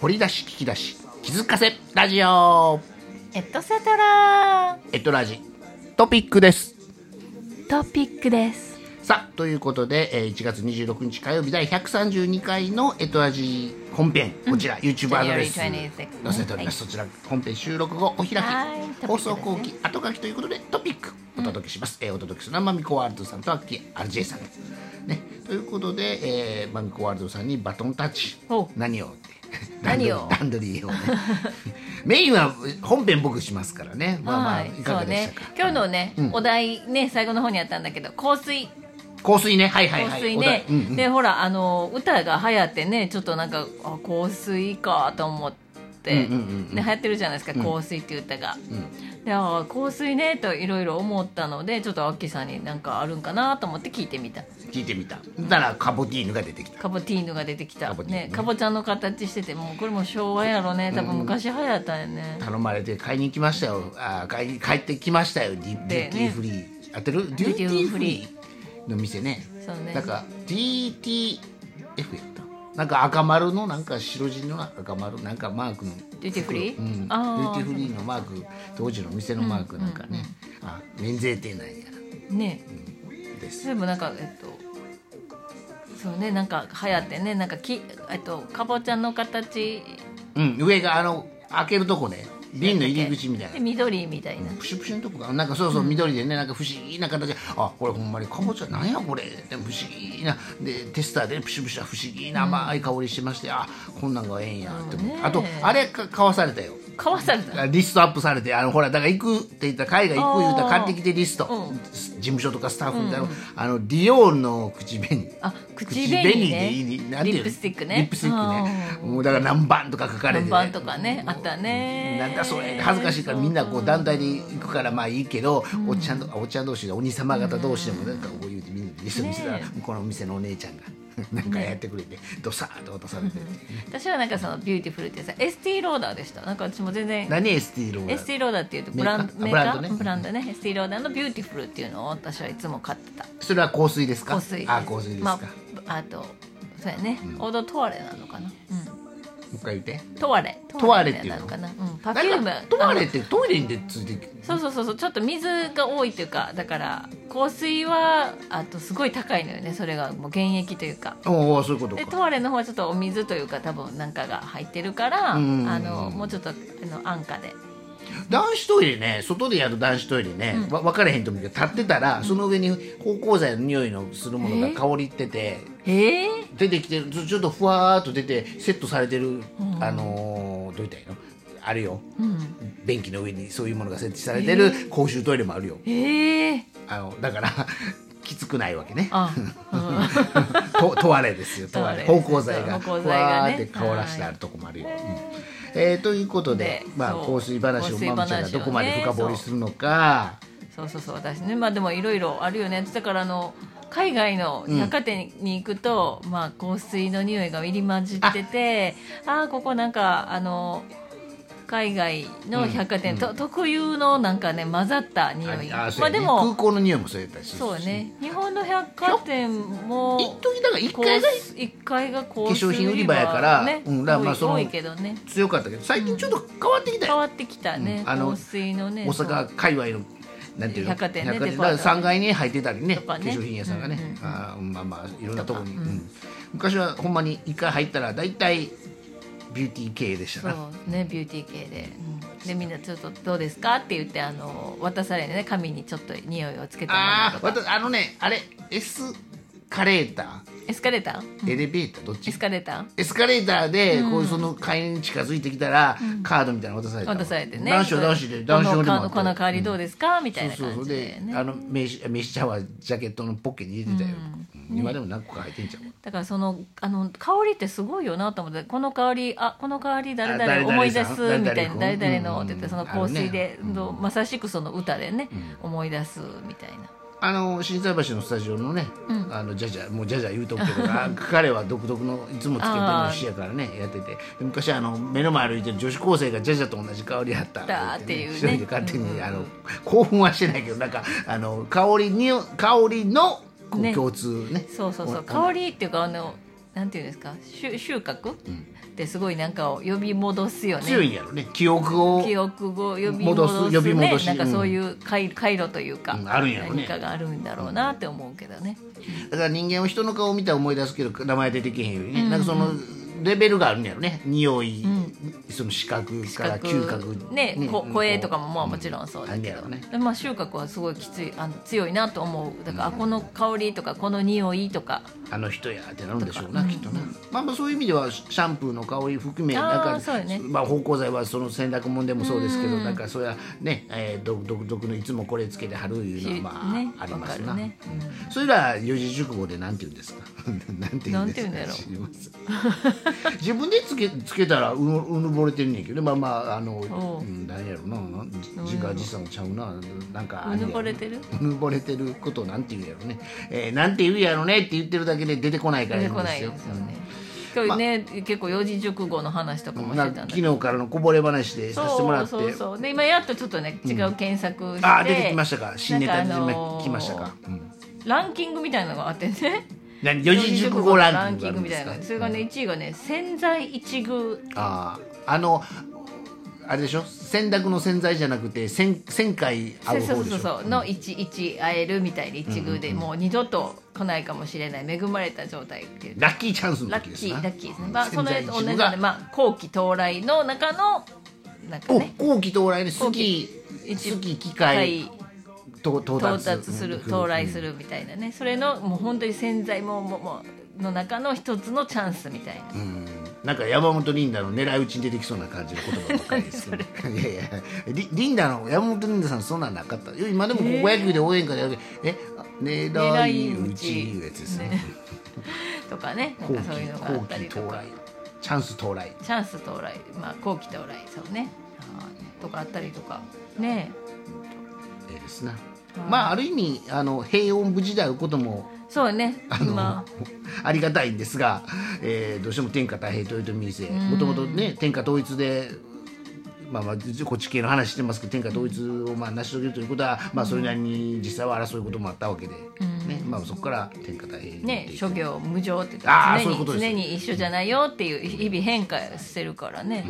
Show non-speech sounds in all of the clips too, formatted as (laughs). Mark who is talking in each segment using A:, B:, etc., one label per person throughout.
A: 掘り出し聞き出し気づかせラジオ
B: エットセトラ
A: エトラジトピックです
B: トピックです
A: さあということで、えー1月26日火曜日第132回のエトラジ本編こちら、YouTube アドレス載
B: January 26
A: せております、そちら本編収録後お開き
B: はい
A: 放送後
B: トピックで
A: 期後書きということでトピックお届けします、えーお届けするのはマミコワールドさんとアッキー RJ さんですねということで、えーマミコワールドさんにバトンタッチ
B: (laughs) お
A: 何 (laughs) をって
B: 何を
A: 段取り段取りをね (laughs) メインは本編僕しますからねまあまあ
B: はいい
A: か
B: そ
A: が
B: う
A: でし
B: ね
A: たか、
B: 今日のね、
A: うん
B: お題ね最後の方にあったんだけど香水
A: 香水ねはいはい
B: 香
A: はい
B: 水
A: お題
B: ね、
A: うんうん
B: でほらあの歌が流行ってねちょっとなんかあ香水かと思って、
A: うんうんうんうん
B: ね、流行ってるじゃないですか、香水っていう歌が、であ香水ねといろいろ思ったのでちょっとアッキーさんになんかあるんかなと思って聞いてみた
A: 聞いてみただからカボティーヌが出てきた
B: カボティーヌが出てきた
A: カ
B: か
A: ボ
B: ぼ,、
A: ティーヌ
B: ね、かぼちゃの形しててもうこれも昭和やろね多分昔流行ったよね、
A: 頼まれて買いに行きましたよあー買いに帰ってきましたよディデュー
B: でね
A: ティーフリー当てるデ
B: デ
A: ュ
B: ュ
A: ー
B: ー
A: テ
B: テ
A: ィ
B: ィ
A: ー
B: ー
A: フ
B: フ
A: リ
B: リ
A: ーの店ね
B: そうね
A: なんか DTF やったなんか赤丸のなんか白地の赤丸なんかマークの
B: デューティーフリー
A: うん、デュ
B: あー
A: ーティーフリーのマーク当時の店のマークなんかね、あ免税店なんや
B: ね
A: です
B: それもなんかえっとそうねなんか流行ってねなんかきえっとかぼちゃの形
A: うん上があの開けるとこね瓶の入り口みたいな
B: で緑みたいな
A: プシュプシュのとこがなんかそうそう緑でねなんか不思議な形であこれほんまにかぼちゃなんやこれでも不思議なでテスターでプシュプシュは不思議な甘い香りしまして、あこんなんがええんやって思って
B: ね
A: あとあれか買わされたよ
B: かわされた
A: リストアップされてあのほらだから行くって言ったら海外行く言うたら
B: あ
A: 買
B: ー
A: ってきてリスト、
B: うん
A: 事務所とかスタッフみたいな、あのディオールの口紅
B: あ口紅ね
A: いいなんていうの
B: リップスティックね
A: リップスティックねもうだから何番とか書かれて、
B: 看板とかねあったね
A: なんだそれ恥ずかしいからみんなこう団体に行くからまあいいけど、おっちゃんとおっちゃん同士でお兄様方同士でもなんかこういうみんなで一緒にしてたら
B: ね
A: 向こうのお店のお姉ちゃんがなんかやってくれてドサーッと渡されて、
B: 私はなんかそのビューティフルってさエスティローダーでしたなんか私も全然
A: 何 ST ロー
B: エ
A: ラ
B: ス
A: ー
B: ティローダーっていうとブランド
A: メ
B: メ
A: ー
B: ー
A: カ
B: カ
A: ー
B: ー
A: あブランドね
B: ブランドねエスティローダーのビューティフルっていうのを私はいつも買ってた
A: それは香水ですか
B: 香水です
A: あ香水ですか、
B: まあ、あとそうやね、オードトワレなのかな、うん、
A: もう一回言って
B: トワレ
A: トワレっていうの
B: なのかな、うん、パフュー
A: なん
B: ム
A: かトワレってトイレにでついて
B: あのそうそうそうそうちょっと水が多いというかだから香水はあとすごい高いのよねそれがもう原液というか
A: おおそういうこと
B: で
A: か
B: トワレの方はちょっとお水というか多分なんかが入ってるからあ
A: うん
B: のもうちょっとあの安価で
A: 男子トイレね外でやる男子トイレね、わ分からへんと思うけど立ってたら、その上に芳香剤の匂いのするものが香りってて、
B: ええ
A: 出てきてるちょちょっとふわーっと出てセットされてる、
B: ん
A: あのーどう言ったらいいのあるよ
B: うん、
A: 便器の上にそういうものが設置されてる公衆トイレもあるよ
B: ええ
A: あのだから (laughs) きつくないわけね (laughs)
B: あ、うん
A: と問われですよ問われ
B: 問われ
A: 芳香剤が
B: そう芳香剤がね
A: ふわーって香らしてあるとこもあるよ、うんえーということで
B: で、
A: まあ、
B: そう
A: 香水話を
B: 香水
A: ま
B: 話をね
A: むちゃんがどこまで深掘りするのか、
B: そうそうそう私ねまあでもいろいろあるよねだからあの海外の百貨店に行くと、まあ香水の匂いが入り混じっててああーここなんかあの海外の百貨店、と特有のなんかね混ざった匂い
A: ああそう
B: ま
A: やね空
B: あでも
A: 港の匂いもそうやったりするし
B: そうね日本の百貨店も
A: 一時だから一回が
B: 香水一階が香
A: 化粧品売り場やから
B: ね、
A: うんだからまあその
B: 多い多いけどね
A: 強かったけど最近ちょっと変わってきたよ
B: 変わってきたね、
A: うんあの
B: 香水のね
A: 大阪界隈のなんていうの
B: 百貨店ね
A: 百貨
B: デ
A: 店
B: パート
A: だから3階に入ってたりね
B: とか
A: 化
B: ね
A: 粧品屋さんがね、
B: うんうんうん
A: あーまあまあいろんなとこに、うん昔はほんまに1回入ったら大体ビューティー系でした
B: そ
A: な
B: うねビューティー系で、うんでみんなちょっとどうですかって言ってあの渡されてね紙にちょっと匂いをつけたも
A: あ
B: の
A: あ
B: とか
A: 私あのねあれエスカレータ
B: エスカレーター、
A: ーエレベーターどっち
B: エスカレータ
A: エスカレーターで、こうその階に近づいてきたら、カードみたいなの渡され
B: ー
A: た
B: 渡されてね
A: 男子は男子で男子用
B: こ
A: でもあ
B: の
A: った
B: このこの代わりどうですか、みたいな
A: そうそ
B: 感
A: う
B: じ
A: で
B: で、ね
A: あの名刺名刺茶はジャケットのポッケに入れてたよ、うん今でも何個か入ってんちゃう
B: だからそのあの香りってすごいよなと思ってこの香りあこの香り誰
A: あ誰
B: 々
A: 々
B: 思い出す
A: さん
B: みた
A: 誰
B: いな
A: 々
B: 誰
A: 君
B: 々のって言ってその香水で、
A: うんあるね
B: どうまさしくその歌でね、思い出すみたいな
A: あの心斎橋のスタジオのね、あのジャジャもうジャジャ言うとく
B: (laughs)
A: けどあ彼は独特のいつもつけてるの詩やからねやっててで昔あの目の前歩いてる女子高生がジャジャと同じ香りやった
B: だっていうね
A: 一人で勝手に、あの興奮はしてないけどなんかあの香りに香りのこう
B: ね
A: 共通ね
B: そうそうそ
A: お
B: う香りっていうかあのなんていうんですか収収穫、ってすごいなんかを呼び戻すよね
A: 強いんやろね記憶を
B: 記憶を呼び戻
A: 戻
B: す,、
A: す
B: ね、
A: 呼び戻し
B: なんかそういう回回路というか、
A: うんあるんやろね
B: 何かがあるんだろうなって思うけどね、
A: だから人間は人の顔を見たら思い出すけど名前出てけへんようにね、なんかそのレベルがあるんやろね匂い、その視覚から嗅覚
B: ねこ声とかもまあ
A: うん
B: もちろんそうだけど、
A: あるんやろね
B: まあ、収穫はすごいきついあの強いなと思うだから、あこの香りとかこの匂いとか
A: あの人やってなるんでしょうなきっとな、まあまあそういう意味ではシャンプーの香り含め
B: あー
A: なんか
B: そうよね
A: まあ芳香剤はその洗濯物でもそうですけど、なんかそれはね、えー、独独独のいつもこれつけてはるいうのはまあ、
B: ね
A: ありますな、
B: わかるね
A: うんそれら四字熟語でなんて言うんですか (laughs) なんて言うんですか
B: なんて言うんだろう
A: 知りません自分でつけつけたらうぬうぬぼれてるんやけどまあまああの、
B: お
A: う
B: う
A: ん、何やろななじ自画自賛ちゃうななんかあ
B: う
A: るや
B: ぬ
A: ろ
B: ぼれてる
A: うぬぼれてることをなんて言うやろね、えー、なんて言うやろねって言ってるだけで出てこないから
B: 出
A: いい
B: て
A: ん
B: こ
A: で
B: ない
A: す
B: で
A: よ。
B: すよね、今日ね、結構四字熟語の話とか
A: うん
B: もして
A: な
B: た
A: ん
B: ん
A: か
B: だけ
A: 昨
B: ど
A: 日からのこぼれ話でさせてもらって
B: そうそうそうで今やっとちょっとね違う検索して、
A: あー出てきましたか新ネタで
B: なんかあのー
A: 来ましたか、うん、
B: ランキングみたいなのがあってね
A: 何四字熟語ランキング
B: みたい
A: があるん
B: な
A: です
B: それがね1位がね「千載一遇
A: かあーあのあれでしょ洗濯の洗剤じゃなくて千千回」
B: そ
A: 会
B: う
A: う
B: そ
A: 方
B: う
A: でし
B: そ
A: ょ
B: うそうの「一一会える」みたいで一遇で、もう二度と来ないかもしれない恵まれた状態っていう
A: ラッキーチャンスの
B: ラ
A: 時
B: ッ
A: で
B: キ
A: す
B: ー
A: な
B: ラッキーですね、まあ、そ
A: 千
B: の
A: 載一
B: 同じ
A: 遇
B: の
A: が
B: で、まあ、後期到来の中のなんか
A: お
B: ね
A: 後期到来ね好き
B: 後期
A: 好き機会と到
B: 到
A: 達
B: 達する到来するみたいなねそれのもう本当に潜在もももの中の一つのチャンスみたいな
A: うんなんか山本リンダの狙い撃ちに出てきそうな感じの言葉ばっかりですけ
B: (laughs)
A: ど、いやいやリリンダの山本リンダさんそんなんなかったよ今でも高校野球で応援歌でやるけどえ狙い撃ちいうやつですね (laughs)
B: とかねなん
A: 後期
B: かそういうのがあ
A: 後
B: った
A: 期
B: りと
A: 到
B: か
A: 来チャンス到来
B: チャンス到来まあ後期到来そうねはいとかあったりとかね
A: ええですな、まあある意味あの平穏無事であることも
B: そうね
A: あの
B: 今
A: ありがたいんですが、えーどうしても天下太平豊臣政もともとね天下統一で。まあまあ、こっち系の話してますけど天下統一をまあ成し遂げるということは、まあ、それなりに実際は争うこともあったわけで、ねまあ、そこから天下太平になっ
B: ね
A: ていく
B: 諸行無常って
A: あー
B: 常
A: そういうこ
B: に
A: とです
B: 常に一緒じゃないよっていう日々変化してるからね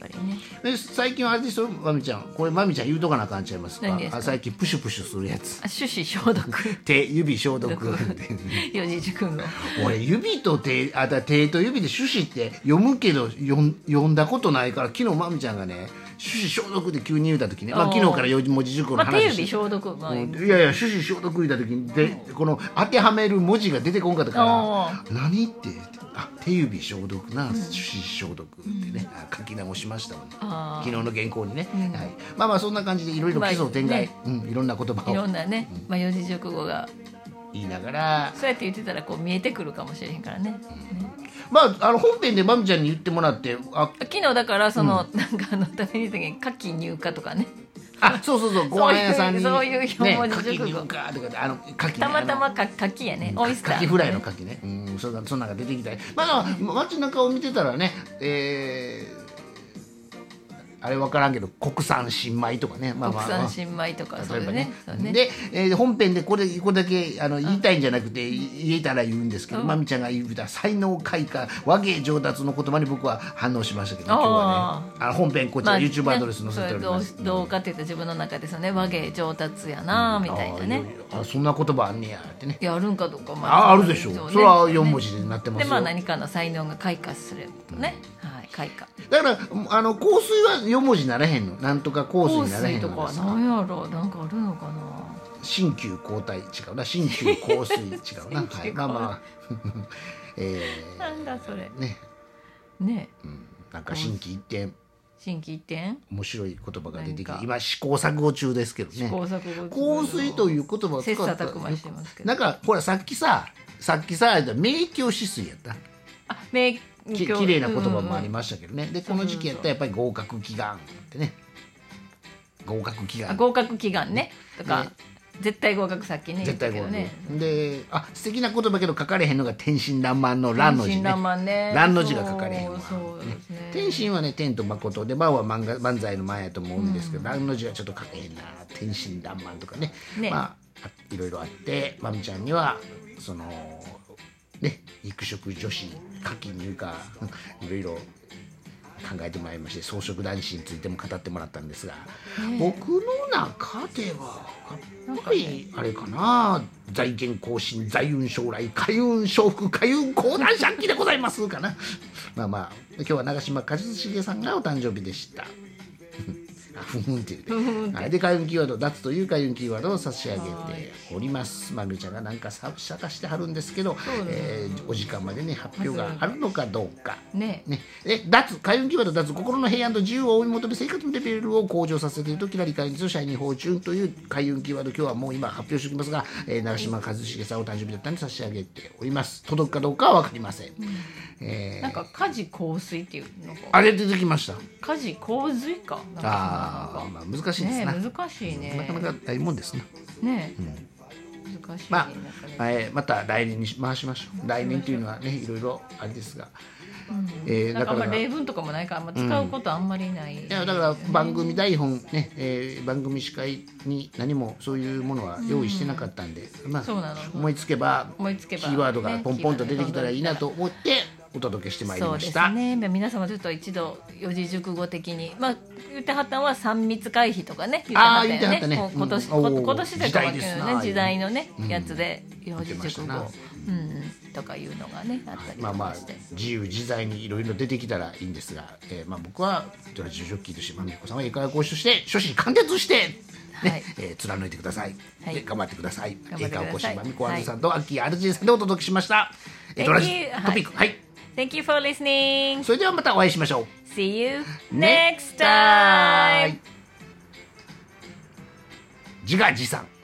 B: やっぱりね
A: で最近はあれですよまみちゃんこれまみちゃん言うとかなあかんちゃいますか
B: 何ですか
A: あ最近プシュプシュするやつ
B: あ手指消毒
A: 手指消 (laughs) 毒
B: 四字熟語
A: 俺指と手あだ手と指で手指って読むけど読ん読んだことないから昨日まみちゃんがね手指消毒で急に言うた時ね、ま
B: お
A: あ、
B: ー
A: 昨日から四文字熟語の
B: まあ手
A: 話
B: 指
A: して、
B: 消毒まあ
A: うんいやいや手指消毒言うた時にでこの当てはめる文字が出てこんかったか
B: お
A: ら「何?」って「あ手指消毒な、手指消毒」ってねあ書き直しましたもん
B: あー
A: 昨日の原稿にね、はい、まあまあそんな感じでいろいろ基礎展開、
B: ま
A: うん、いろんな言葉
B: いろ
A: を
B: んなね、まあ、四字熟語が
A: 言いながら
B: そうやって言ってたらこう見えてくるかもしれへんからね
A: まああの本編でまみちゃんに言ってもらってあ
B: 昨日だからその、なんかあのために言った時に夏季入荷とかね
A: あそうそうそうご飯屋さんに
B: そういうそういう四文字
A: ね、
B: 熟語
A: 牡蠣入荷とかであの牡蠣、ね、
B: たまた
A: あ
B: まか柿やね、
A: の
B: オイスター、
A: 牡蠣フライの牡蠣ねうんそんなそんなんが出てきたりまあ街中を見てたらねえーあれ分からんけど国産新米とかね、まあまあ、
B: 国産新米とかそう
A: 例え
B: いう
A: ば
B: ね
A: ね
B: そうね
A: で、えー本編でこれこれだけあの言いたいんじゃなくて言えたら言うんですけど、まみちゃんが言った才能開花和芸上達の言葉に僕は反応しましたけど今日はねあの本編こちら YouTube アドレス載せております
B: ね、そうどうどうかって言ったら自分の中でそのね和芸上達やなみたいな
A: あ
B: ね、
A: あそんな言葉あんねやってね
B: やるんかどうかま
A: ああるでしょう
B: うね
A: それは四文字になってます
B: で
A: よ、
B: まあ何かの才能が開花するとね、はい開花
A: だからあの香水は四文字にならへんのなんとか香水
B: 香
A: にならへ
B: 水
A: ん
B: とか
A: の
B: は何やろうなんかあるのかな
A: 新旧交代違う
B: (laughs)
A: な新旧香水違うな、はい、まあ (laughs) まあえ
B: なんだそれ
A: ー、ね
B: ね
A: なんか心機一転
B: 新規一転
A: 面白い言葉が出てきて
B: なんか
A: 今試行錯誤中ですけどね
B: 工作語
A: 香水という言葉を使
B: 切磋
A: った
B: 琢磨してますけど
A: なんかほらさっきささっきさあれだ免疫指数やった
B: あ名
A: き
B: 教
A: 綺麗な言葉もありましたけどね、でこの時期やったらやっぱり合格祈願ってね合格祈
B: あ
A: 願
B: 合格祈願ねとか、
A: ね
B: 絶対合格さっきね
A: 絶対合
B: 言っ
A: 格、
B: たけどね
A: であ素敵な言葉けど書かれへんのが天真爛漫の蘭の字
B: 天
A: ね
B: 真爛漫ね
A: 蘭の字が書かれへんわ
B: そうそうですね
A: 天心はね天と誠で万は漫画漫才の前やと思うんですけど、蘭の字はちょっと書けへんな天真爛漫とかね
B: ね
A: まああいろいろあってまみちゃんにはそのね肉食女子夏季入荷いろいろ考えてもらいまして草食男子についても語ってもらったんですが、僕の中ではやっぱりあれかな財源更新財運将来開運昇福開運講談借金でございますかなまあまあ今日は長嶋一茂さんがお誕生日でした。 (laughs) あふんふんっていうねはい、で開運キーワード脱という開運キーワードを差し上げておりますまみちゃんがなんかさ探してはるんですけど、えーお時間までね発表があるのかどうか、
B: ね
A: ね、え脱開運企業と脱心の平安と自由を追い求め生活のレベルを向上させているとキラリ開運と社員に報酬という開運キーワード今日はもう今発表しておきますが、えー長嶋一茂さんお誕生日だったんで差し上げております届くかどうかは分かりません、えー
B: なんか家事香水っていうのか
A: あれ出てきました
B: 家事洪水かなんか
A: あー、まあ、難し
B: そ
A: い
B: ん
A: で
B: な
A: す
B: の
A: な、
B: がね難しいね
A: なかなか大問ですね
B: ね、難しいね
A: ま
B: なんかね
A: あ、えーまた来年に回しましょう来年というのはねいろいろあれですが、えー
B: なんかあんま
A: な
B: 例文とかもないから、あんま使うことあんまりない、
A: いやだから番組台本ね、えー番組司会に何もそういうものは用意してなかったんで、まあ
B: そうなの
A: 思いつけば
B: 思いつけば
A: キーワードが
B: ね
A: ポンポンと出てきたらいいなと思ってお届けしてまいり
B: そう
A: ま
B: で
A: し
B: す
A: た。
B: ねまあ皆様ちょっと一度四字熟語的にまあ言ってはったんは三密回避とかね
A: あー
B: よ
A: 言ってはったね
B: こう今年、
A: うん
B: こ
A: おー
B: 今年で
A: 時代ですな
B: ね時代のね、やつで四字
A: 言ってました
B: 熟語
A: な
B: うんうんとかいうのがねあったり
A: まあ
B: と
A: まあ
B: かして、
A: 自由自在にいろいろ出てきたらいいんですが、えーまあ、僕はドラジオジョッキーとしてまみひこさんは英会話講師として初心貫徹して、ね
B: はい
A: えー貫いてください、
B: はい
A: で頑張ってください
B: 頑張
A: 英
B: ってくだ
A: 会
B: さい
A: 話講師まみこあずさんとアッキーアルジンさんでお届けしました、えー
B: Thank
A: ドラジ
B: you はい
A: トピックはい、
B: Thank you for listening
A: それではまたお会いしましょう
B: See you
A: next
B: next time
A: time 自画自賛